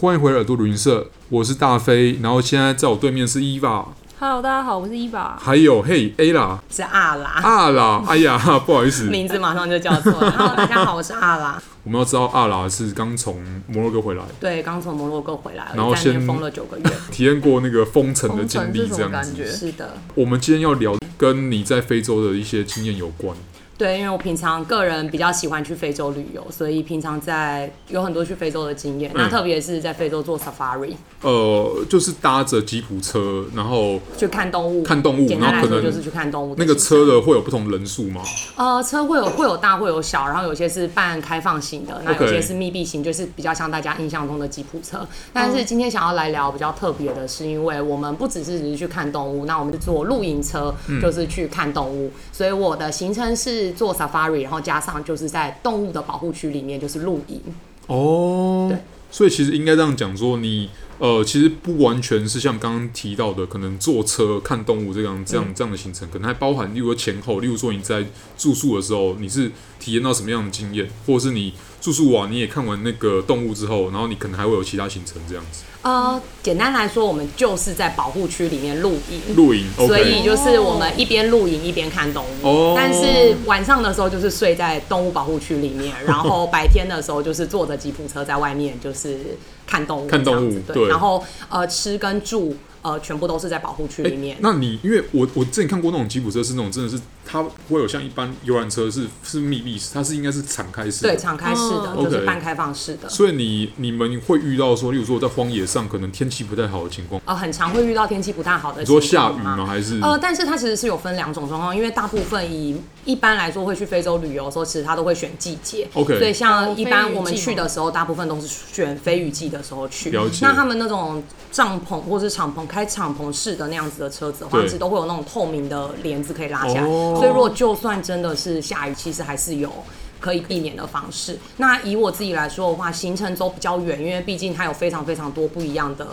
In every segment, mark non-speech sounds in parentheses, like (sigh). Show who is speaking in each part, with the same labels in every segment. Speaker 1: 欢迎回来耳朵旅行社，我是大飞，然后现在在我对面是伊娃，
Speaker 2: Hello，大家好，我是伊娃。
Speaker 1: 还有嘿 A 啦
Speaker 3: 是阿拉，
Speaker 1: 啊啦，哎呀， (laughs) 不好意思，
Speaker 3: 名字马上就叫错
Speaker 1: (laughs)
Speaker 3: 了。Hello，大家好，我是阿拉。
Speaker 1: 我们要知道啊啦是刚从摩洛哥回来，
Speaker 3: 对，刚从摩洛哥回来，
Speaker 1: 然后
Speaker 3: 在那
Speaker 1: 先
Speaker 3: 边封了九
Speaker 1: (laughs)
Speaker 3: 个月。
Speaker 1: 体验过那个封城的
Speaker 2: 红
Speaker 1: 经
Speaker 2: 尘
Speaker 1: 历，
Speaker 2: 是
Speaker 1: 这
Speaker 2: 什么
Speaker 1: 样
Speaker 2: 感
Speaker 1: 子。
Speaker 2: 觉？
Speaker 3: 是的，
Speaker 1: 我们今天要聊跟你在非洲的一些经验有关，
Speaker 3: 对，因为我平常个人比较喜欢去非洲旅游，所以平常在有很多去非洲的经验。
Speaker 1: 嗯
Speaker 3: 那特别是在非洲做 safari
Speaker 1: 呃，就是搭着吉普车，然后
Speaker 3: 去看动物，
Speaker 1: 看动物
Speaker 3: 简单
Speaker 1: 然
Speaker 3: 来
Speaker 1: 后可
Speaker 3: 说
Speaker 1: 能
Speaker 3: 就是去看动物的
Speaker 1: 那
Speaker 3: 行程。
Speaker 1: 个车的会有不同人数吗？
Speaker 3: 呃，车会有会有大会有小，然后有些是半开放型的，那
Speaker 1: OK
Speaker 3: 有些是密闭型，就是比较像大家印象中的吉普车。但是今天想要来聊比较特别的是，因为我们不只是只是去看动物，那我们是坐露营车，就是去看动物。所以我的行程是做 safari，然后加上就是在动物的保护区里面就是露营。
Speaker 1: 哦
Speaker 3: 对，
Speaker 1: 所以其实应该这样讲说你。呃，其实不完全是像刚刚提到的，可能坐车看动物这样这样、
Speaker 3: 嗯
Speaker 1: 这样的行程，可能还包含，例如说前后，例如说你在住宿的时候，你是体验到什么样的经验，或者是你住宿完你也看完那个动物之后，然后你可能还会有其他行程这样子，
Speaker 3: 呃，简单来说，我们就是在保护区里面露营。
Speaker 1: 露营
Speaker 3: 所以
Speaker 1: ，OK，
Speaker 3: 就是我们一边露营一边看动物，
Speaker 1: 哦
Speaker 3: 但是晚上的时候就是睡在动物保护区里面，然后白天的时候就是坐着吉普车在外面就是看动物这
Speaker 1: 看动
Speaker 3: 样子，
Speaker 1: 物对
Speaker 3: 对，然后呃吃跟住呃全部都是在保护区里面。
Speaker 1: 那你因为我我之前看过那种吉普车是那种真的是它不会有像一般游览车是是密闭式，它是应该是敞开式的，
Speaker 3: 对，敞开式的
Speaker 1: 哦
Speaker 3: 就是
Speaker 1: OK
Speaker 3: 半开放式的，
Speaker 1: 所以你你们会遇到说，例如说在荒野上可能天气不太好的情况，
Speaker 3: 呃，很常会遇到天气不太好的
Speaker 1: 你说
Speaker 3: 情
Speaker 1: 下雨
Speaker 3: 况
Speaker 1: 吗？
Speaker 3: 吗？
Speaker 1: 还是、
Speaker 3: 呃，但是它其实是有分两种状况，因为大部分以一般来说会去非洲旅游的时候，其实它都会选季节。
Speaker 1: OK
Speaker 3: 所以像
Speaker 2: 哦
Speaker 3: 一
Speaker 2: 非雨
Speaker 3: 般
Speaker 2: 季
Speaker 3: 我们去
Speaker 2: 吗
Speaker 3: 的时候，大部分都是选非雨季的时候去
Speaker 1: 了解。
Speaker 3: 那他们那种帐篷或是敞篷开敞篷式的那样子的车子的话，
Speaker 1: 对
Speaker 3: 其实都会有那种透明的帘子可以拉下来。
Speaker 1: 哦
Speaker 3: 所以如果就算真的是下雨，其实还是有。可以避免的方式。那以我自己来说的话，行程都比较远，因为毕竟它有非常非常多不一样的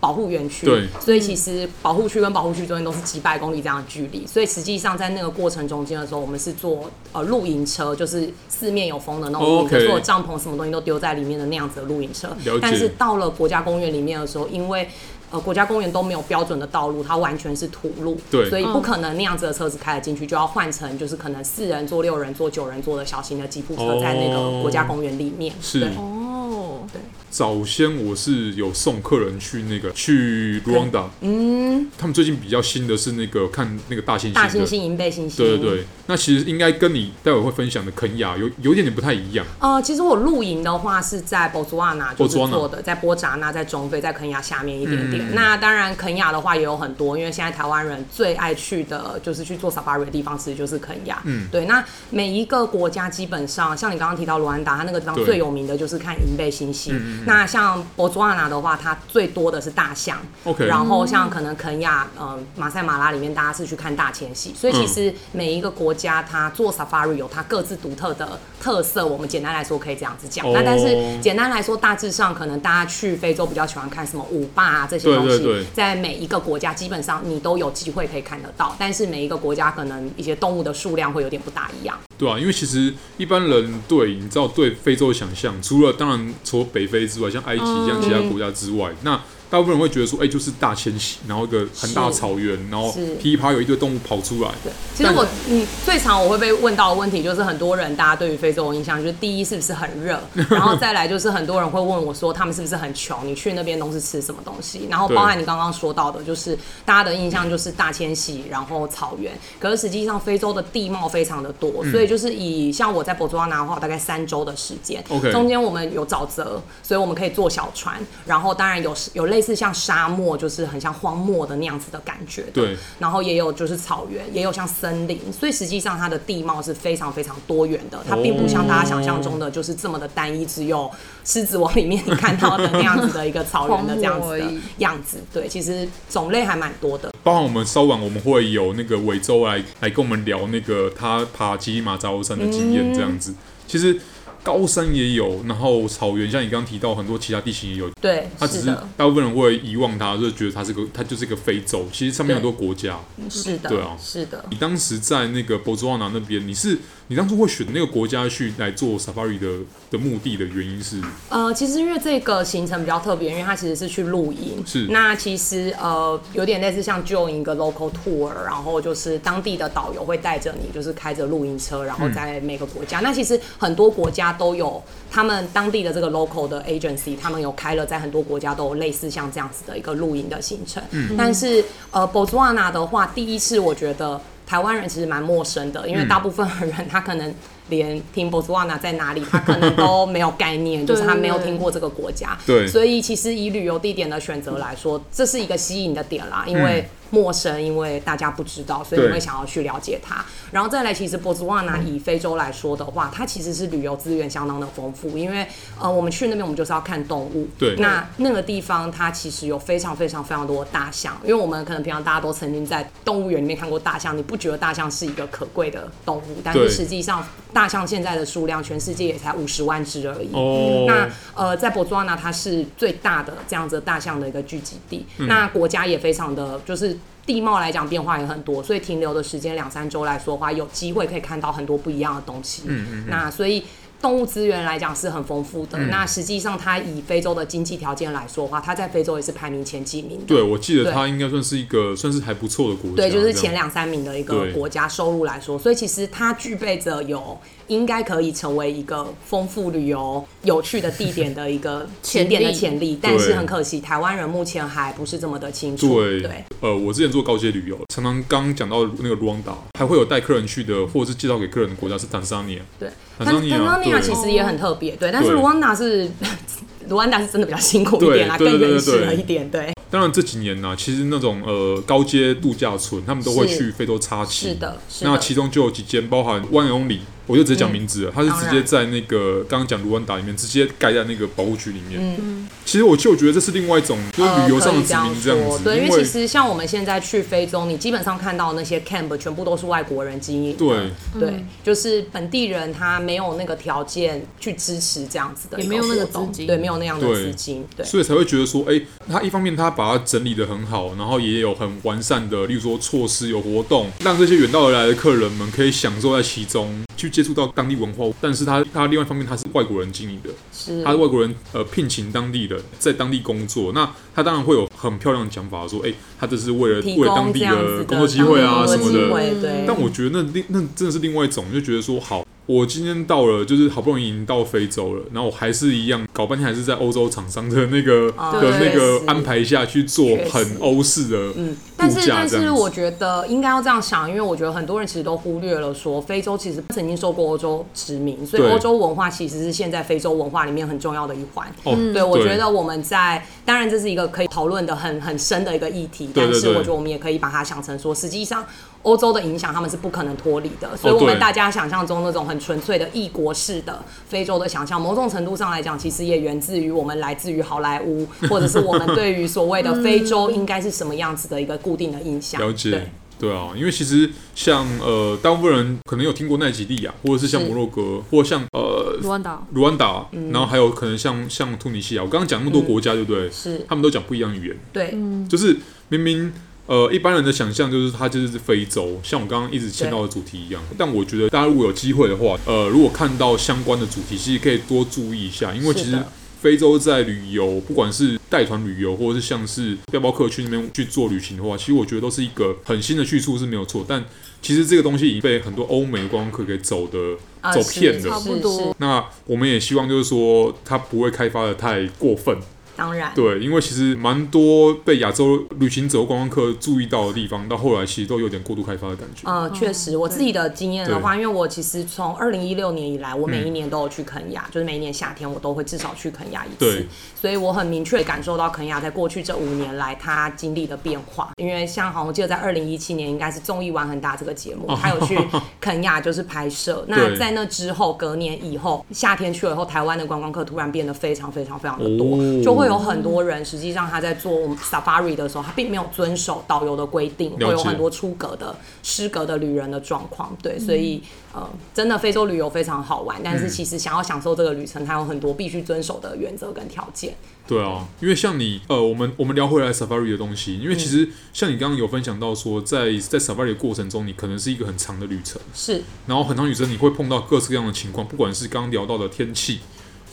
Speaker 3: 保护园区。
Speaker 1: 对
Speaker 3: 所以其实保护区跟保护区中间都是几百公里这样的距离，所以实际上在那个过程中间的时候，我们是坐呃露营车，就是四面有风的那种露营车
Speaker 1: 哦 OK
Speaker 3: 所有帐篷什么东西都丢在里面的那样子的露营车
Speaker 1: 解。
Speaker 3: 但是到了国家公园里面的时候，因为呃，国家公园都没有标准的道路，它完全是土路，
Speaker 1: 对
Speaker 3: 所以不可能那样子的车子开得进去，就要换成就是可能四人坐、六人坐、九人坐的小型的吉普车在那
Speaker 1: 哦
Speaker 3: 个国家公园里面。
Speaker 1: 是
Speaker 3: 对
Speaker 2: 哦，
Speaker 1: 早先我是有送客人去那个去卢旺达，嗯，他们最近比较新的是那个看那个大猩猩的，
Speaker 3: 大猩猩、银背猩猩，
Speaker 1: 对对对，那其实应该跟你待会会分享的肯雅有有一点点不太一样，
Speaker 3: 呃，其实我露营的话是在博茨瓦纳，就是
Speaker 1: 博茨瓦纳
Speaker 3: 做的，在波扎纳，在中非，在肯亚下面一点
Speaker 1: 嗯
Speaker 3: 点。那当然，肯亚的话也有很多，因为现在台湾人最爱去的就是去做 safari 的地方，其实就是肯亚。嗯，对。那每一个国家基本上，像你刚刚提到卢安达，它那个地方
Speaker 1: 对嗯
Speaker 3: 最有名的就是看银背猩猩。那像博茨瓦纳的话，它最多的是大象。
Speaker 1: OK
Speaker 3: 然后像
Speaker 1: 嗯
Speaker 3: 可能肯亚、呃马赛马拉里面，大家是去看大迁徙，所以其实每一个国家它做 safari 有它各自独特的特色，我们简单来说可以这样子讲。
Speaker 1: 哦
Speaker 3: 那但是简单来说，大致上可能大家去非洲比较喜欢看什么舞霸啊这些
Speaker 1: 对
Speaker 3: 东
Speaker 1: 对
Speaker 3: 西，
Speaker 1: 对
Speaker 3: 在每一个国家基本上你都有机会可以看得到，但是每一个国家可能一些动物的数量会有点不大一样。
Speaker 1: 对啊，因为其实一般人对你知道对非洲的想象，除了当然除了北非之外，像埃及
Speaker 3: 嗯
Speaker 1: 这样其他国家之外，那大部分人会觉得说，哎、就是大迁徙，然后一个很大的
Speaker 3: 是
Speaker 1: 草原，然后
Speaker 3: 是
Speaker 1: 噼里啪啦有一堆动物跑出来，
Speaker 3: 其实我嗯，最常我会被问到的问题就是，很多人大家对于非洲的印象就是第一是不是很
Speaker 1: (laughs)
Speaker 3: 热，然后再来就是很多人会问我说他们是不是很穷，你去那边都是吃什么东西？然后
Speaker 1: 对
Speaker 3: 包含你刚刚说到的，就是大家的印象就是大迁徙，然后草原，可是实际上非洲的地貌非常的多，
Speaker 1: 嗯
Speaker 3: 所以就是以像我在博茨瓦纳的话，大概三周的时间
Speaker 1: OK
Speaker 3: 中间我们有沼泽，所以我们可以坐小船，然后当然有有类似像沙漠，就是很像荒漠的那样子的感觉的
Speaker 1: 对
Speaker 3: 然后也有就是草原，也有像森林，所以实际上它的地貌是非常非常多元的，它并不像大家想象中的就是这么的单一，只有狮子王里面你看到的那样子的一个草原的这样子
Speaker 2: 荒漠而
Speaker 3: 的
Speaker 2: 已
Speaker 3: 样子。对，其实种类还蛮多的。
Speaker 1: 包含我们稍晚我们会有那个伟洲来来跟我们聊那个他爬吉马扎罗山的经验这样
Speaker 3: 嗯
Speaker 1: 子。其实高山也有，然后草原像你刚刚提到很多其他地形也有，
Speaker 3: 对，
Speaker 1: 它只是
Speaker 3: 的，
Speaker 1: 大部分人会遗忘它，就觉得它是个它就是一个非洲，其实上面很多国家。
Speaker 3: 是的，
Speaker 1: 对啊
Speaker 3: 是的。
Speaker 1: 你当时在那个博茨瓦纳那边，你是你当初会选那个国家去来做 safari 的的目的的原因是，
Speaker 3: 呃，其实因为这个行程比较特别，因为它其实是去露营。
Speaker 1: 是
Speaker 3: 那其实呃，有点类似像 join 一个 local tour，然后就是当地的导游会带着你，就是开着露营车，然后在每个国家。那其实很多国家都有他们当地的这个 local 的 agency，他们有开了在很多国家都有类似像这样子的一个露营的行程。嗯。但是呃，Botswana 的话，第一是我觉得台湾人其实蛮陌生的，因为大部分的人他可能。连听 Botswana 在哪里，他可能都没有概 (laughs) 念，就是他没有听过这个国家。
Speaker 1: 对
Speaker 3: 所以其实以旅游地点的选择来说，这是一个吸引的点啦，
Speaker 1: 嗯
Speaker 3: 因为陌生，因为大家不知道，所以
Speaker 1: 对
Speaker 3: 你会想要去了解
Speaker 1: 嗯
Speaker 3: 它。然后再来，其实博茨瓦纳以非洲来说的话，它其实是旅游资源相当的丰富，因为呃，我们去那边我们就是要看动物。
Speaker 1: 对
Speaker 3: 那那个地方它其实有非常非常非常多的大象，因为我们可能平常大家都曾经在动物园里面看过大象，你不觉得大象是一个可贵的动物，但
Speaker 1: 对
Speaker 3: 是实际上大象现在的数量，全世界也才五十万只而已。
Speaker 1: 哦，
Speaker 3: 那呃，在博茨瓦纳，它是最大的这样子的大象的一个聚集地。那国家也非常的，就是地貌来讲变化也很多，所以停留的时间两三周来说的话，有机会可以看到很多不一样的东西。嗯嗯那所以。动物资源来讲是很丰富的，那实际上它以非洲的经济条件来说的话，它在非洲也是排名前几名的。
Speaker 1: 对我记得
Speaker 3: 对
Speaker 1: 它应该算是一个算是还不错的国家，
Speaker 3: 对，就是
Speaker 1: 这样
Speaker 3: 前两三名的一个
Speaker 1: 对
Speaker 3: 国家收入来说，所以其实它具备着有应该可以成为一个丰富旅游、有趣的地点的一 (laughs) 个
Speaker 2: 潜力
Speaker 3: 景点的潜力，但是很可惜，台湾人目前还不是这么的清楚。
Speaker 1: 对
Speaker 3: 对，
Speaker 1: 呃，我之前做高阶旅游，常常刚刚讲到那个卢旺达，还会有带客人去的，或者是介绍给客人的国家是坦桑尼亚。
Speaker 3: 对，
Speaker 1: 坦
Speaker 3: 坦
Speaker 1: 桑尼亚
Speaker 3: 桑尼亚
Speaker 1: 啊对
Speaker 3: 其实也很特别，对，但是
Speaker 1: 对
Speaker 3: 卢旺达是 (laughs) 卢旺达是真的比较辛苦一点啦，
Speaker 1: 对对
Speaker 3: 更
Speaker 1: 对
Speaker 3: 原
Speaker 1: 对
Speaker 3: 始
Speaker 1: 对
Speaker 3: 了一点，对，
Speaker 1: 当然这几年呢、啊其实那种呃高阶度假村，他们都会
Speaker 3: 是
Speaker 1: 去非洲插旗。
Speaker 3: 是的是的
Speaker 1: 那其中就有几间包含万永里，我就直接讲名字了，它是
Speaker 3: 嗯当
Speaker 1: 直
Speaker 3: 然
Speaker 1: 接在那个刚刚讲卢旺达里面，直接盖在那个保护区里面。
Speaker 3: 嗯
Speaker 1: 其实我就觉得这是另外一种就是
Speaker 3: 呃
Speaker 1: 旅游上
Speaker 3: 可
Speaker 1: 的
Speaker 3: 以
Speaker 1: 殖
Speaker 3: 这样
Speaker 1: 民这样
Speaker 3: 说
Speaker 1: 子，
Speaker 3: 哦对，因
Speaker 1: 因
Speaker 3: 为其实像我们现在去非洲，你基本上看到那些 camp 全部都是外国人经营的，
Speaker 1: 对
Speaker 2: 嗯
Speaker 3: 对，就是本地人他没有那个条件去支持这样子的一活
Speaker 2: 也没
Speaker 3: 动，
Speaker 2: 有那个资金
Speaker 3: 对，没有那样的
Speaker 1: 对
Speaker 3: 资金，对，
Speaker 1: 所以才会觉得说，哎、他一方面他把它整理的很好，然后也有很完善的，例如说措施有活动，让这些远道而来的客人们可以享受在其中，去接触到当地文化。但是他他另外一方面他是外国人经营的，
Speaker 3: 是
Speaker 1: 他是外国人呃聘请当地的，在当地工作，那他当然会有很漂亮的讲法，说，哎、他这是为了
Speaker 3: 提
Speaker 1: 为了
Speaker 3: 供
Speaker 1: 当地
Speaker 3: 这样子
Speaker 1: 的
Speaker 3: 的
Speaker 1: 工作机会啊
Speaker 3: 当
Speaker 1: 什
Speaker 3: 地
Speaker 1: 么
Speaker 3: 工作机
Speaker 1: 的。
Speaker 3: 会，
Speaker 2: 嗯
Speaker 3: 对，
Speaker 1: 但我觉得那另那真的是另外一种，就觉得说好，我今天到了，就是好不容易已经到非洲了，然后我还是一样搞半天，还是在欧洲厂商的那个、
Speaker 3: 啊
Speaker 1: 的那
Speaker 3: 确
Speaker 1: 个
Speaker 3: 实
Speaker 1: 安排下去做
Speaker 3: 确实
Speaker 1: 很欧式的
Speaker 3: 嗯，但
Speaker 1: 度
Speaker 3: 是
Speaker 1: 假
Speaker 3: 但
Speaker 1: 这样
Speaker 3: 是
Speaker 1: 子。
Speaker 3: 我觉得应该要这样想，因为我觉得很多人其实都忽略了说，非洲其实曾经受过欧洲殖民，所以
Speaker 1: 对
Speaker 3: 欧洲文化其实是现在非洲文化里面很重要的一环。
Speaker 1: 哦，
Speaker 3: 对，我觉得我们在当然这是一个可以讨论的很很深的一个议题，
Speaker 1: 对对
Speaker 3: 但是
Speaker 1: 对
Speaker 3: 我觉得我们也可以把它想成说，实际上欧洲的影响他们是不可能脱离的，所以
Speaker 1: 哦
Speaker 3: 我们
Speaker 1: 对
Speaker 3: 大家想象中那种很纯粹的异国式的非洲的想象，某种程度上来讲，其实也源自于我们来自于好莱坞，或者是我们对于所谓的非洲应该是什么样子的一个固定的印象。
Speaker 1: 了解
Speaker 3: 对。
Speaker 1: 对啊，因为其实像呃，大部分人可能有听过奈及利亚，或者是像
Speaker 3: 是
Speaker 1: 摩洛哥，或者像呃
Speaker 2: 卢旺达，
Speaker 1: 卢安达，
Speaker 3: 嗯
Speaker 1: 然后还有可能像像突尼西亚。我刚刚讲那么多国家，对不对？
Speaker 3: 是
Speaker 1: 他们都讲不一样语言。
Speaker 3: 对，
Speaker 2: 嗯
Speaker 1: 就是明明呃一般人的想象就是它就是非洲，像我刚刚一直签到的主题一样。但我觉得大家如果有机会的话，呃，如果看到相关的主题，其实可以多注意一下，因为
Speaker 3: 是
Speaker 1: 其
Speaker 3: 的
Speaker 1: 实。非洲在旅游，不管是带团旅游，或者是像是背包客去那边去做旅行的话，其实我觉得都是一个很新的去处是没有错。但其实这个东西已经被很多欧美观光客给走的、
Speaker 3: 啊
Speaker 1: 走
Speaker 3: 是
Speaker 1: 偏
Speaker 3: 是
Speaker 1: 了
Speaker 2: 差。不
Speaker 3: 是
Speaker 2: 多
Speaker 1: 那我们也希望就是说，它不会开发的太过分，
Speaker 3: 当然，
Speaker 1: 对，因为其实蛮多被亚洲旅行者、观光客注意到的地方，到后来其实都有点过度开发的感觉。嗯
Speaker 3: 呃，确实，我自己的经验的话，因为我其实从二零一六年以来，我
Speaker 1: 嗯
Speaker 3: 每一年都有去肯亚，就是每一年夏天我都会至少去肯亚一次
Speaker 1: 对，
Speaker 3: 所以我很明确地感受到肯亚在过去这五年来它经历的变化。因为像好像我记得在二零一七年应该是综艺玩很大这个节目，他有
Speaker 1: (laughs)
Speaker 3: 去肯亚就是拍摄。那
Speaker 1: 哦对
Speaker 3: 在那之后，隔年以后夏天去了以后，台湾的观光客突然变得非常非常非常的多，
Speaker 1: 哦
Speaker 3: 就会有很多人实际上他在做 safari 的时候，他并没有遵守导游的规定，会
Speaker 1: 了解
Speaker 3: 有很多。出格的失格的旅人的状况，对，所以呃，真的非洲旅游非常好玩，
Speaker 1: 嗯
Speaker 3: 但是其实想要享受这个旅程，它有很多必须遵守的原则跟条件。
Speaker 1: 对啊，因为像你，呃，我们我们聊回来 Safari 的东西，因为其实像你刚刚有分享到说，在在 Safari 的过程中，你可能是一个很长的旅程，
Speaker 3: 是，
Speaker 1: 然后很长旅程你会碰到各式各样的情况，不管是刚刚聊到的天气，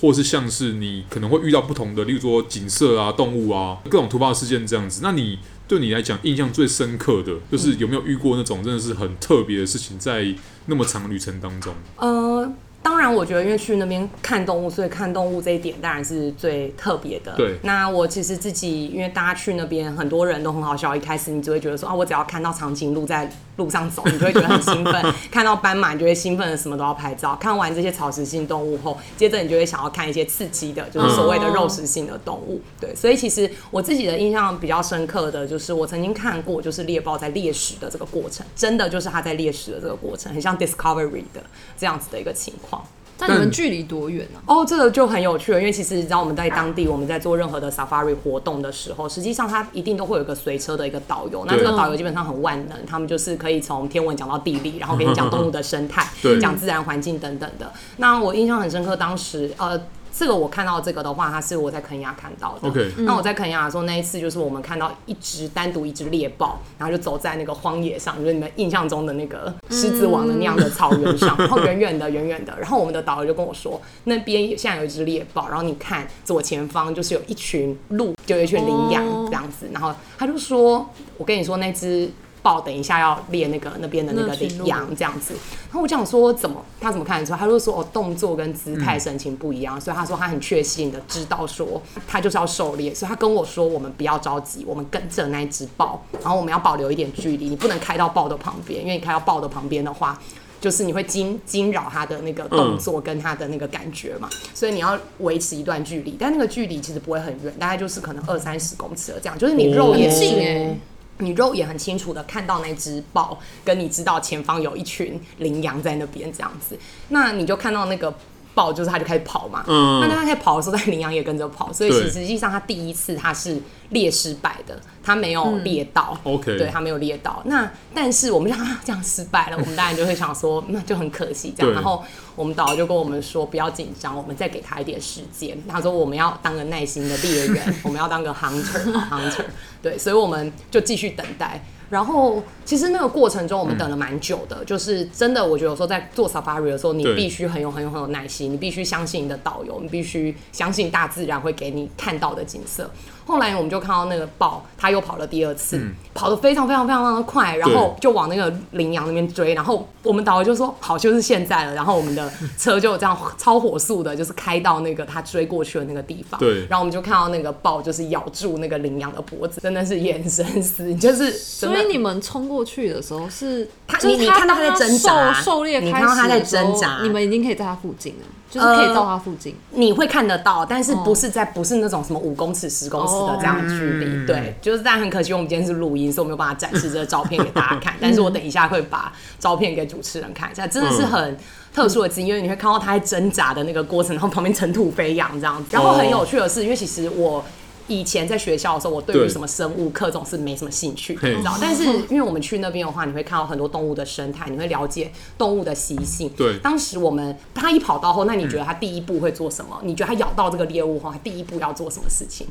Speaker 1: 或是像是你可能会遇到不同的，例如说景色啊、动物啊，各种突发事件这样子。那你对你来讲印象最深刻的，就是有没有遇过那种真的是很特别的事情，在那么长的旅程当中？
Speaker 3: 呃，当然，我觉得因为去那边看动物，所以看动物这一点当然是最特别的。
Speaker 1: 对
Speaker 3: 那我其实自己，因为大家去那边，很多人都很好笑。一开始你只会觉得说啊，我只要看到长颈鹿在路上走，你就会觉得很兴奋；看到斑马，你就会兴奋的什么都要拍照。看完这些草食性动物后，接着你就会想要看一些刺激的，就是所谓的肉食性的动物。对，所以其实我自己的印象比较深刻的就是我曾经看过，就是猎豹在猎食的这个过程，真的就是它在猎食的这个过程，很像 Discovery 的这样子的一个情况。
Speaker 2: 但你们距离多远啊？
Speaker 3: 哦，这个就很有趣了，因为其实你知道我们在当地，我们在做任何的 safari 活动的时候，实际上它一定都会有一个随车的一个导游。那
Speaker 1: 对
Speaker 3: 这个导游基本上很万能，他们就是可以从天文讲到地理，然后给你讲动物的生态
Speaker 1: 嗯对，
Speaker 3: 讲自然环境等等的。那我印象很深刻，当时呃。这个我看到这个的话，它是我在肯亚看到的。
Speaker 1: OK
Speaker 3: 那我在肯亚的时候，那一次就是我们看到一只单独一只猎豹，然后就走在那个荒野上，就是你们印象中的那个狮子王的那样
Speaker 2: 嗯
Speaker 3: 的草原上，然后远远的、远远的，然后我们的导游就跟我说，那边现在有一只猎豹，然后你看左前方就是有一群鹿，就有一群羚羊
Speaker 2: 哦
Speaker 3: 这样子，然后他就说，我跟你说那只。豹等一下要猎那个那边的那个
Speaker 2: 那群鹿
Speaker 3: 羚羊这样子，然后我就想说怎么他怎么看得出来？他就说哦动作跟姿态神情不一样，所以他说他很确信的知道说他就是要狩猎，所以他跟我说我们不要着急，我们跟着那一只豹，然后我们要保留一点距离，你不能开到豹的旁边，因为你开到豹的旁边的话。就是你会惊惊扰它的那个动作跟它的那个感觉嘛，所以你要维持一段距离，但那个距离其实不会很远，大概就是可能二三十公尺的这样，就是你肉
Speaker 1: 哦
Speaker 3: 眼
Speaker 2: 很近
Speaker 3: 是
Speaker 2: 欸
Speaker 3: 你肉眼很清楚的看到那只豹，跟你知道前方有一群羚羊在那边这样子，那你就看到那个豹，就是它就开始跑嘛。
Speaker 1: 嗯
Speaker 3: 那它开始跑的时候，那羚羊也跟着跑，所以
Speaker 1: 对
Speaker 3: 其实实际上它第一次它是猎失败的，它没有猎到。
Speaker 1: OK
Speaker 3: 对，它没有猎到。那但是我们就想啊，这样失败了，我们当然就会想说，那就很可惜这
Speaker 1: 对
Speaker 3: 样。然后我们导游就跟我们说，不要紧张，我们再给他一点时间。他说我们要当个耐心的猎人，我们要当个 hunter 好 hunter。对，所以我们就继续等待。然后其实那个过程中，我们等了蛮久的，就是真的，我觉得有时候在做 safari 的时候，你
Speaker 1: 对
Speaker 3: 必须很有很有很有耐心，你必须相信你的导游，你必须相信大自然会给你看到的景色。后来我们就看到那个豹，它又跑了第二次，跑得非常非常非常非常的快，然后就往那个羚羊那边追，然后我们导游就说好，就是现在了，然后我们的车就这样超火速的，就是开到那个它追过去的那个地方，
Speaker 1: 对
Speaker 3: 然后我们就看到那个豹就是咬住那个羚羊的脖子，真的是眼神死，就是真
Speaker 2: 所
Speaker 3: 的
Speaker 2: 以你们冲过去的时候是，
Speaker 3: 他
Speaker 2: 就是
Speaker 3: 你你看到他在
Speaker 2: 当
Speaker 3: 挣扎
Speaker 2: 狩狩猎
Speaker 3: 你
Speaker 2: 开
Speaker 3: 看到他
Speaker 2: 始
Speaker 3: 在
Speaker 2: 的时候
Speaker 3: 挣扎
Speaker 2: 你们已经可以在他附近了，就是可以到他附近。
Speaker 3: 你会看得到，但是不是在、不是那种什么五公尺、十公尺的这样的距离。
Speaker 1: 嗯
Speaker 3: 对，就是但很可惜，我们今天是录音，所以我没有办法展示这个照片给大家看。但是我等一下会把照片给主持人看一下，真的是很。特殊的经验，因为你会看到他在挣扎的那个过程，然后旁边尘土飞扬这样子。然后很有趣的是，因为其实我以前在学校的时候，我对
Speaker 1: 对
Speaker 3: 于什么生物课这种是没什么兴趣的，
Speaker 1: 嘿
Speaker 3: 你知道。但是因为我们去那边的话，你会看到很多动物的生态，你会了解动物的习性。
Speaker 1: 对
Speaker 3: 当时我们他一跑到后，那你觉得他第一步会做什么？你觉得他咬到这个猎物后，他第一步要做什么事情？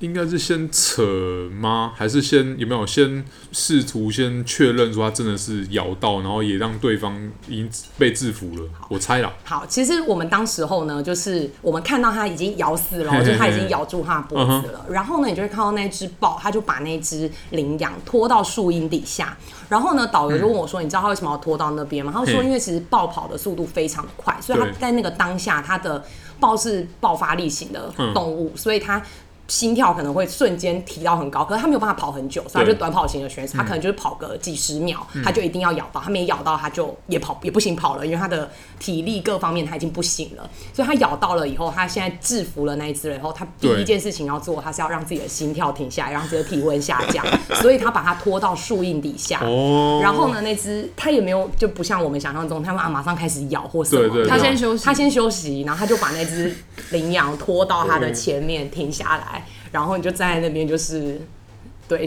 Speaker 1: 应该是先扯吗？还是先有没有先试图先确认说他真的是咬到，然后也让对方已经被制服了？我猜啦，
Speaker 3: 好，其实我们当时候呢，就是我们看到它已经咬死
Speaker 1: 嘿嘿
Speaker 3: 了，
Speaker 1: 嘿嗯
Speaker 3: 就它已经咬住它的脖子了。然后呢，你就会看到那只豹，它就把那只羚羊拖到树荫底下。然后呢，导游就问我说：“你知道它为什么要拖到那边吗？”他就说：“
Speaker 1: 嘿嗯
Speaker 3: 因为其实豹跑的速度非常的快，所以它
Speaker 1: 对
Speaker 3: 在那个当下，它的豹是爆发力型的
Speaker 1: 嗯
Speaker 3: 动物，所以它。”心跳可能会瞬间提到很高，可是它没有办法跑很久，所以它
Speaker 1: 对嗯
Speaker 3: 就短跑型的选手，它可能就是跑个几十秒，它就一定要咬到，它没咬到它就也跑也不行跑了，因为它的体力各方面它已经不行了，所以它咬到了以后，它现在制服了那一只了以后，它第
Speaker 1: 对
Speaker 3: 一件事情要做，它是要让自己的心跳停下来，让自己的体温下降，所以它把它拖到树荫底下，
Speaker 1: 哦，
Speaker 3: 然后呢，那只它也没有，就不像我们想象中，它们啊马上开始咬或什么，
Speaker 1: 对对对它
Speaker 2: 先休息
Speaker 3: 它先休息，然后它就把那只羚羊拖到它的前面停下来，然后你就站在那边就是。对，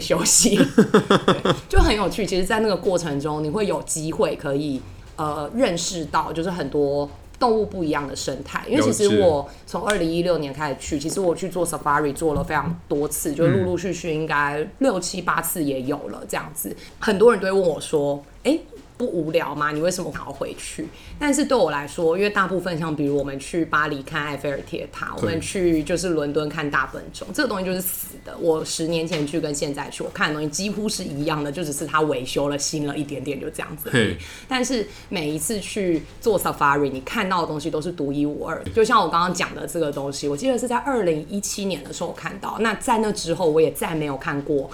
Speaker 1: (laughs)
Speaker 3: 休息对就很有趣。其实，在那个过程中，你会有机会可以呃认识到，就是很多。动物不一样的生态，因为其
Speaker 1: 了
Speaker 3: 实
Speaker 1: 解
Speaker 3: 我从二零一六年开始去，其实我去做 safari 做了非常多次，就陆陆续续应该六七八次也有了这样子。很多人都会问我说：“哎、不无聊吗？你为什么还要回去？”但是对我来说，因为大部分像比如我们去巴黎看埃菲尔铁塔，我们去就是伦敦看大笨钟，这个东西就是死的。我十年前去跟现在去，我看的东西几乎是一样的，就只是它维修了、新了一点点，就这样子而已。
Speaker 1: 嘿，
Speaker 3: 但是每一次去做 safari，你看到的东西都是独一无二的。就像我刚刚讲的这个东西，我记得是在二零一七年的时候我看到，那在那之后我也再没有看过。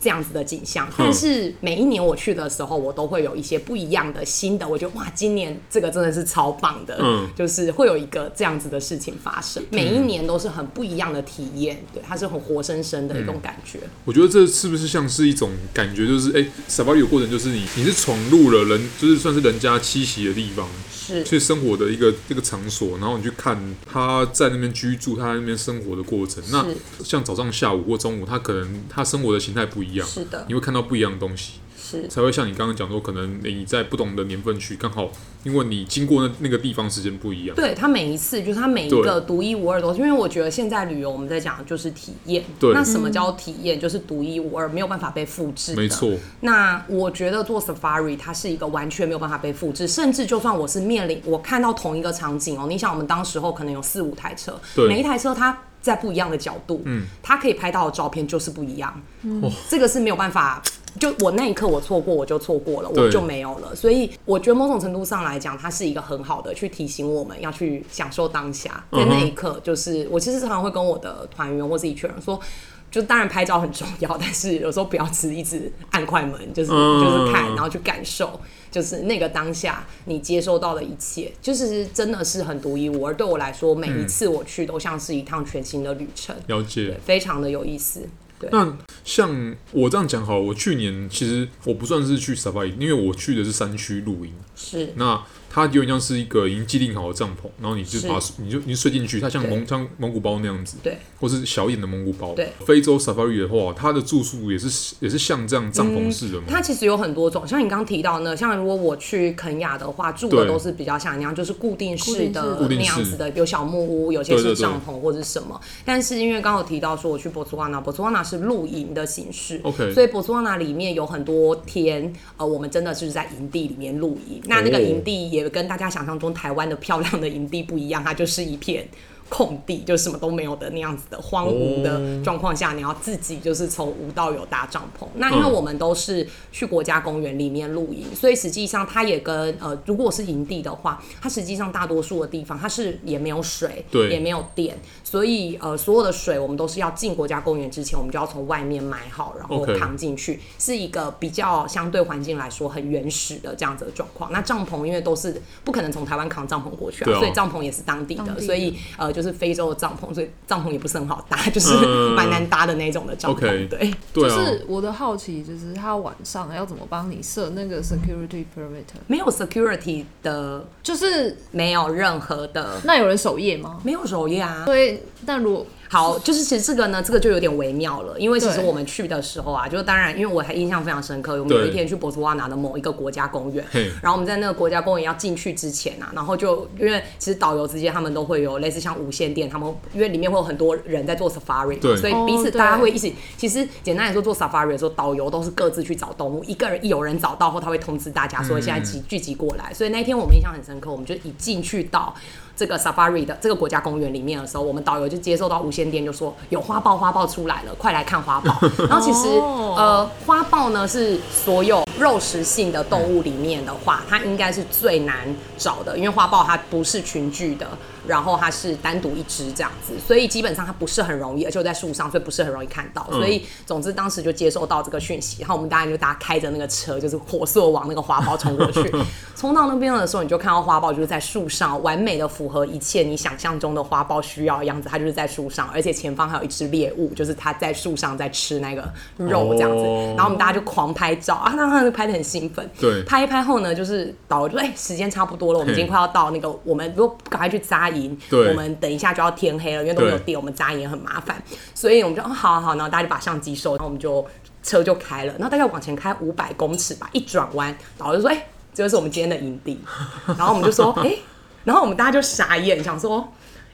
Speaker 3: 这样子的景象，但是每一年我去的时候，我都会有一些不一样的新的。我觉得哇，今年这个真的是超棒的，
Speaker 1: 嗯
Speaker 3: 就是会有一个这样子的事情发生。每一年都是很不一样的体验，对，它是很活生生的一种感觉。
Speaker 1: 我觉得这是不是像是一种感觉，就是哎，safari 的过程就是你你是闯入了人，就是算是人家栖息的地方，
Speaker 3: 是
Speaker 1: 去生活的一个一个场所，然后你去看他在那边居住，他在那边生活的过程。那像早上、下午或中午，他可能他生活的形态不一样，
Speaker 3: 是的
Speaker 1: 你会看到不一样的东西，
Speaker 3: 是
Speaker 1: 才会像你刚刚讲说，可能你在不同的年份去，刚好因为你经过那那个地方时间不一样，
Speaker 3: 对他每一次，就是他每一个独一无二的东西，因为我觉得现在旅游我们在讲的就是体验。
Speaker 1: 对
Speaker 3: 那什么叫体验？就是独一无二，没有办法被复制。
Speaker 1: 没。错，
Speaker 3: 那我觉得做 safari 它是一个完全没有办法被复制，甚至就算我是面临我看到同一个场景哦，你想我们当时候可能有四五台车，
Speaker 1: 对
Speaker 3: 每一台车它。在不一样的角度，嗯，它可以拍到的照片就是不一样，嗯，这个是没有办法。就我那一刻我错过，我就错过了，
Speaker 1: 对
Speaker 3: 我就没有了。所以我觉得某种程度上来讲，它是一个很好的去提醒我们要去享受当下，
Speaker 1: 嗯
Speaker 3: 在那一刻，就是我其实常常会跟我的团员或是一群人说。就当然拍照很重要，但是有时候不要只一直按快门，就是、
Speaker 1: 嗯
Speaker 3: 就是看，然后去感受，就是那个当下你接收到的一切，就是真的是很独一无二。对我来说，每一次我去都像是一趟全新的旅程，
Speaker 1: 了解。
Speaker 3: 对，非常的有意思。对，
Speaker 1: 那像我这样讲好了，我去年其实我不算是去 safari，因为我去的是山区露营。
Speaker 3: 是
Speaker 1: 那它有点像是一个已经既定好的帐篷，然后你就是把你就你就睡进去，它像
Speaker 3: 对
Speaker 1: 蒙像蒙古包那样子，
Speaker 3: 对，
Speaker 1: 或是小一点的蒙古包。
Speaker 3: 对
Speaker 1: 非洲 safari 的话，它的住宿也是也是像这样帐篷式的嘛。
Speaker 3: 嗯它其实有很多种，像你刚刚提到呢，像如果我去肯雅的话，住的
Speaker 1: 对
Speaker 3: 都是比较像那样，就是固定式的
Speaker 2: 固
Speaker 1: 定式
Speaker 3: 那样子的，有小木屋，有些
Speaker 1: 对
Speaker 3: 是
Speaker 1: 对对
Speaker 3: 帐篷或者是什么。但是因为刚刚有提到说我去博茨瓦纳，博茨瓦纳是露营的形式
Speaker 1: OK
Speaker 3: 所以博茨瓦纳里面有很多天，呃，我们真的是在营地里面露营。那那个
Speaker 1: 哦
Speaker 3: 营地也跟大家想象中台湾的漂亮的营地不一样，它就是一片。空地就什么都没有的那样子的荒芜
Speaker 1: 哦
Speaker 3: 的状况下，你要自己就是从无到有搭帐篷。那因为
Speaker 1: 嗯
Speaker 3: 我们都是去国家公园里面露营，所以实际上它也跟呃，如果是营地的话，它实际上大多数的地方它是也没有水，
Speaker 1: 对
Speaker 3: 也没有电，所以呃，所有的水我们都是要进国家公园之前，我们就要从外面买好，然后
Speaker 1: OK
Speaker 3: 扛进去，是一个比较相对环境来说很原始的这样子的状况。那帐篷因为都是不可能从台湾扛帐篷过去
Speaker 1: 对啊
Speaker 3: 所以帐篷也是当地的，
Speaker 2: 当地的
Speaker 3: 所以呃，就是非洲的帐篷，所以帐篷也不是很好搭，就是
Speaker 1: 嗯
Speaker 3: 蛮难搭的那种的帐篷。
Speaker 1: OK
Speaker 3: 对，
Speaker 1: 对
Speaker 2: 就
Speaker 1: 啊，
Speaker 2: 是我的好奇，就是他晚上要怎么帮你设那个 security perimeter？
Speaker 3: 没有 security 的，
Speaker 2: 就是
Speaker 3: 没有任何的，
Speaker 2: 那有人守夜吗？
Speaker 3: 没有守夜啊。
Speaker 2: 所以，但如果
Speaker 3: 好，就是其实这个呢，这个就有点微妙了，因为其实
Speaker 2: 对
Speaker 3: 我们去的时候啊，就是当然，因为我还印象非常深刻，我们有
Speaker 1: 对
Speaker 3: 一天去博茨瓦纳的某一个国家公园
Speaker 1: 嘿，
Speaker 3: 然后我们在那个国家公园要进去之前啊，然后就因为其实导游之间他们都会有类似像无线电，他们因为里面会有很多人在做 safari，嘛
Speaker 1: 对
Speaker 3: 所以
Speaker 2: 哦
Speaker 3: 彼此大家
Speaker 2: 对
Speaker 3: 会一起。其实简单来说，做 safari 的时候，导游都是各自去找动物，一个人一有人找到后，他会通知大家说现在集聚集过来。所以那一天我们印象很深刻，我们就一进去到。这个 safari 的这个国家公园里面的时候，我们导游就接受到无线电，就说有花豹，花豹出来了，快来看花豹。然后其实、
Speaker 2: 哦
Speaker 3: 呃，花豹呢是所有肉食性的动物里面的话，它应该是最难找的，因为花豹它不是群聚的，然后它是单独一只这样子，所以基本上它不是很容易，而且又在树上，所以不是很容易看到。
Speaker 1: 嗯
Speaker 3: 所以总之当时就接收到这个讯息，然后我们当然就大家开着那个车，就是火速往那个花豹冲过
Speaker 1: (laughs)
Speaker 3: 去。冲到那边的时候，你就看到花豹就是在树上，完美的符合一切你想象中的花豹需要的样子，它就是在树上，而且前方还有一只猎物，就是它在树上在吃那个肉这样子。
Speaker 1: 哦
Speaker 3: 然后我们大家就狂拍照啊，那他就拍的很兴奋。
Speaker 1: 对
Speaker 3: 拍一拍后呢，就是导游就说哎、时间差不多了，我们已经
Speaker 1: 嘿
Speaker 3: 快要到那个，我们如果赶快去扎营，
Speaker 1: 对
Speaker 3: 我们等一下就要天黑了，因为都没有
Speaker 1: 对
Speaker 3: 电，我们扎营也很麻烦，所以我们就哦好好好，然后大家就把相机收，然后我们就车就开了，然后大概往前开五百公尺吧，一转弯，导游就说哎。这就是我们今天的营地。然后我们就说，哎、 (laughs) 然后我们大家就傻眼，想说，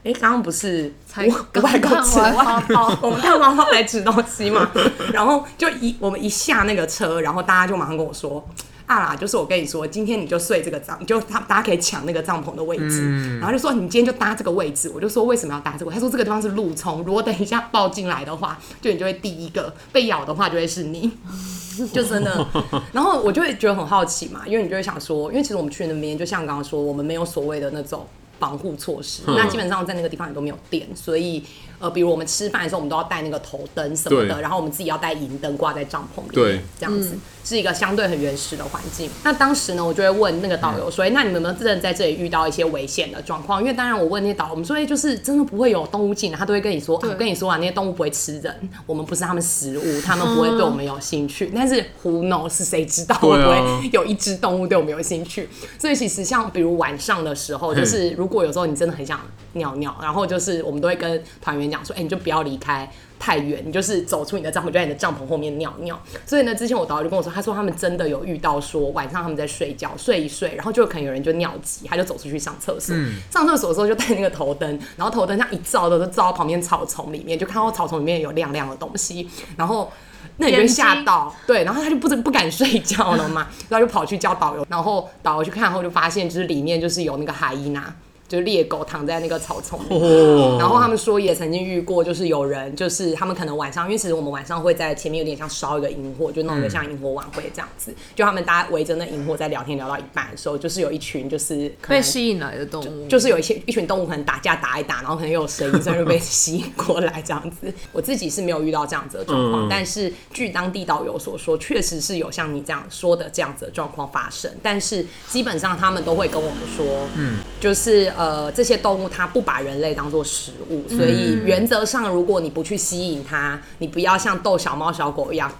Speaker 3: 哎、刚刚不是
Speaker 2: 才
Speaker 3: 五
Speaker 2: 刚
Speaker 3: 五百公尺
Speaker 2: 看完
Speaker 3: (laughs) 外包，我们看完后来吃东西嘛。然后就一我们一下那个车，然后大家就马上跟我说。啊啦，就是我跟你说，今天你就睡这个帐，就他大家可以抢那个帐篷的位置，然后就说你今天就搭这个位置。我就说为什么要搭这个？他说这个地方是路冲，如果等一下爆进来的话，就你就会第一个被咬的话就会是你。就真的。然后我就会觉得很好奇嘛，因为你就会想说，因为其实我们去那边，就像刚刚说，我们没有所谓的那种防护措施，
Speaker 1: 嗯
Speaker 3: 那基本上在那个地方也都没有电，所以呃，比如我们吃饭的时候，我们都要带那个头灯什么的，
Speaker 1: 对
Speaker 3: 然后我们自己要带银灯挂在帐篷里
Speaker 1: 对
Speaker 3: 面，这样子、是一个相对很原始的环境。那当时呢，我就会问那个导游说，
Speaker 1: 嗯
Speaker 3: 哎、那你们有没有真的在这里遇到一些危险的状况？因为当然我问那些导游，我们说，哎、就是真的不会有动物进来，他都会跟你说，啊、
Speaker 2: 对
Speaker 3: 我跟你说啊，那些动物不会吃人，我们不是他们食物，他们不会对我们有兴趣。但是 who knows，谁知道会
Speaker 1: 嗯对
Speaker 3: 不
Speaker 1: 啊
Speaker 3: 会有一只动物对我们有兴趣？所以其实像比如晚上的时候，
Speaker 1: 嘿
Speaker 3: 就是如果有时候你真的很想尿尿，然后就是我们都会跟团员讲说，哎、你就不要离开。太远，你就是走出你的帐篷，就在你的帐篷后面尿尿。所以呢，之前我导游就跟我说，他说他们真的有遇到说晚上他们在睡觉，睡一睡，然后就可能有人就尿急，他就走出去上厕所。上厕所的时候就带那个头灯，然后头灯这样一照的，就照到旁边草丛里面，就看到草丛里面有亮亮的东西，然后。那你就会吓到，对，然后他就不不敢睡觉了嘛，然后就跑去叫导游，然后导游去看后就发现，就是里面就是有那个海伊娜，就是猎狗躺在那个草丛里
Speaker 1: 哦，
Speaker 3: 然后他们说也曾经遇过，就是有人就是他们可能晚上，因为其实我们晚上会在前面有点像烧一个萤火，就弄得像萤火晚会这样子，就他们大家围着那萤火在聊天，聊到一半的时候，就是有一群就是可
Speaker 2: 被
Speaker 3: 能。
Speaker 2: 吸引来的动物，
Speaker 3: 就是有一些一群动物可能打架打一打，然后可能又有声音，所以就被 (laughs) 吸引过来这样子。我自己是没有遇到这样子的状
Speaker 1: 嗯
Speaker 3: 况，但是据当地导游所说，确实是有像你这样说的这样子的状况发生。但是基本上他们都会跟我们说，嗯，就是呃这些动物它不把人类当做食物，所
Speaker 1: 嗯
Speaker 3: 以原则上如果你不去吸引它，你不要像逗小猫小狗一样。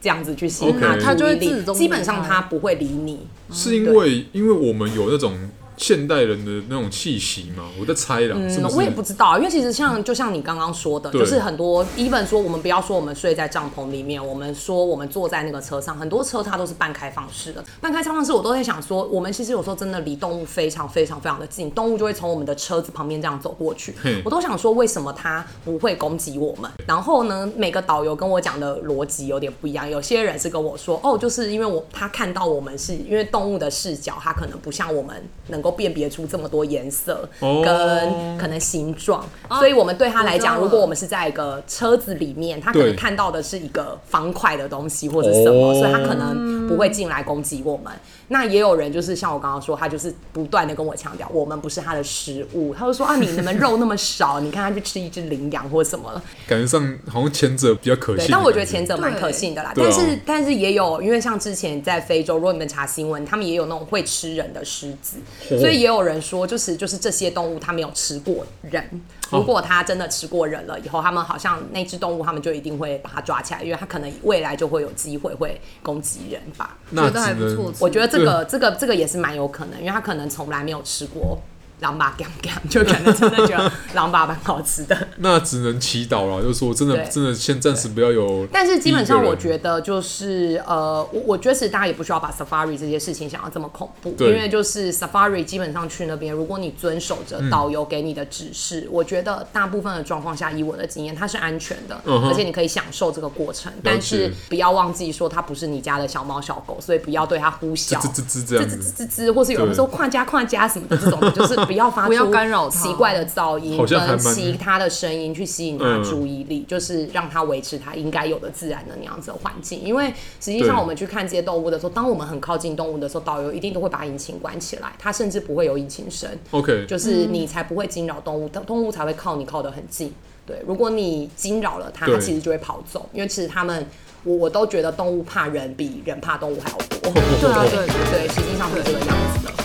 Speaker 3: 这样子去吸引它
Speaker 1: OK
Speaker 2: 它就会
Speaker 3: 注意力
Speaker 2: 自动
Speaker 3: 基本上
Speaker 2: 离开
Speaker 3: 它不会理你，
Speaker 1: 是因为因为我们有那种现代人的那种气息嘛，我在猜啦，是不
Speaker 3: 嗯，
Speaker 1: 是？
Speaker 3: 我也不知道，因为其实像就像你刚刚说的，
Speaker 1: 对
Speaker 3: 就是很多，even 说我们不要说我们睡在帐篷里面，我们说我们坐在那个车上，很多车它都是半开放式的。半开放式，我都在想说，我们其实有时候真的离动物非常非常非常的近，动物就会从我们的车子旁边这样走过去
Speaker 1: 嘿，
Speaker 3: 我都想说为什么它不会攻击我们。然后呢，每个导游跟我讲的逻辑有点不一样，有些人是跟我说，哦，就是因为我他看到我们是因为动物的视角，它可能不像我们能够辨别出这么多颜色
Speaker 1: 哦
Speaker 3: 跟可能形状，所以我们对他来
Speaker 2: 哦我知道
Speaker 3: 讲，
Speaker 2: 了
Speaker 3: 如果我们是在一个车子里面，他可
Speaker 1: 对
Speaker 3: 能看到的是一个方块的东西或者什么，
Speaker 1: 哦
Speaker 3: 所以他可能不会进来攻击我们。那也有人就是像我刚刚说，他就是不断的跟我强调，我们不是他的食物，他就说啊，你你们肉那么少，你看他去吃一只羚羊或什么了。
Speaker 1: 感觉上好像前者比较可
Speaker 3: 对
Speaker 1: 信，，
Speaker 3: 但我觉得前者蛮可信的啦。
Speaker 1: 对
Speaker 3: 但
Speaker 1: 啊
Speaker 3: 是但是也有，因为像之前在非洲，如果你们查新闻，他们也有那种会吃人的狮子，
Speaker 1: 哦
Speaker 3: 所以也有人说，就是就是这些动物它没有吃过人。
Speaker 1: 哦
Speaker 3: 如果它真的吃过人了以后，他们好像那只动物，他们就一定会把它抓起来，因为它可能未来就会有机会会攻击人吧。
Speaker 1: 那
Speaker 2: 觉得还
Speaker 1: 只
Speaker 2: 不错
Speaker 1: 能
Speaker 2: 吃
Speaker 3: 我觉得这个这个这个也是蛮有可能，因为他可能从来没有吃过狼粑干干， (laughs) 就可能真的觉得狼粑蛮好吃的。
Speaker 1: 那只能祈祷了，就是说真的
Speaker 3: 对
Speaker 1: 真的先暂时不要有，
Speaker 3: 但是基本上，我觉
Speaker 1: 得
Speaker 3: 得就是呃，我我觉得其实大家也不需要把 Safari 这些事情想要这么恐怖，因
Speaker 1: 对
Speaker 3: 为就是 Safari 基本上去那边，如果你遵守着
Speaker 1: 嗯
Speaker 3: 导游给你的指示，我觉得大部分的状况下，以我的经验，它是安全的，
Speaker 1: 嗯哼
Speaker 3: 而且你可以享受这个过程。但是不要忘记说，它不是你家的小猫小狗，所以不要对它呼
Speaker 1: 吱
Speaker 3: 啸。
Speaker 1: 吱吱吱这样
Speaker 3: 吱吱
Speaker 1: 子，
Speaker 3: 吱吱，或是有人说跨家跨家什么的这种的，就是不要发
Speaker 2: (laughs)
Speaker 3: 出
Speaker 2: 不要干扰它
Speaker 3: 奇怪的噪音
Speaker 1: 好像还蛮嗯
Speaker 3: 跟其他的声音去吸引他的注意力，就是让他维持他应该有的自然的那样子的环境。因为实际上
Speaker 1: 对
Speaker 3: 我们去看这些动物的时候，当我们很靠近动物的时候，导游一定都会把引擎关起来，它甚至不会有引擎声，
Speaker 1: OK，
Speaker 2: 嗯
Speaker 3: 就是你才不会惊扰动物，动动物才会靠你靠得很近。对，如果你惊扰了它，
Speaker 1: 对
Speaker 3: 它其实就会跑走，因为其实它们。我我都觉得动物怕人比人怕动物还要多，
Speaker 2: 对啊对对
Speaker 3: 对，实际上是这个样子的。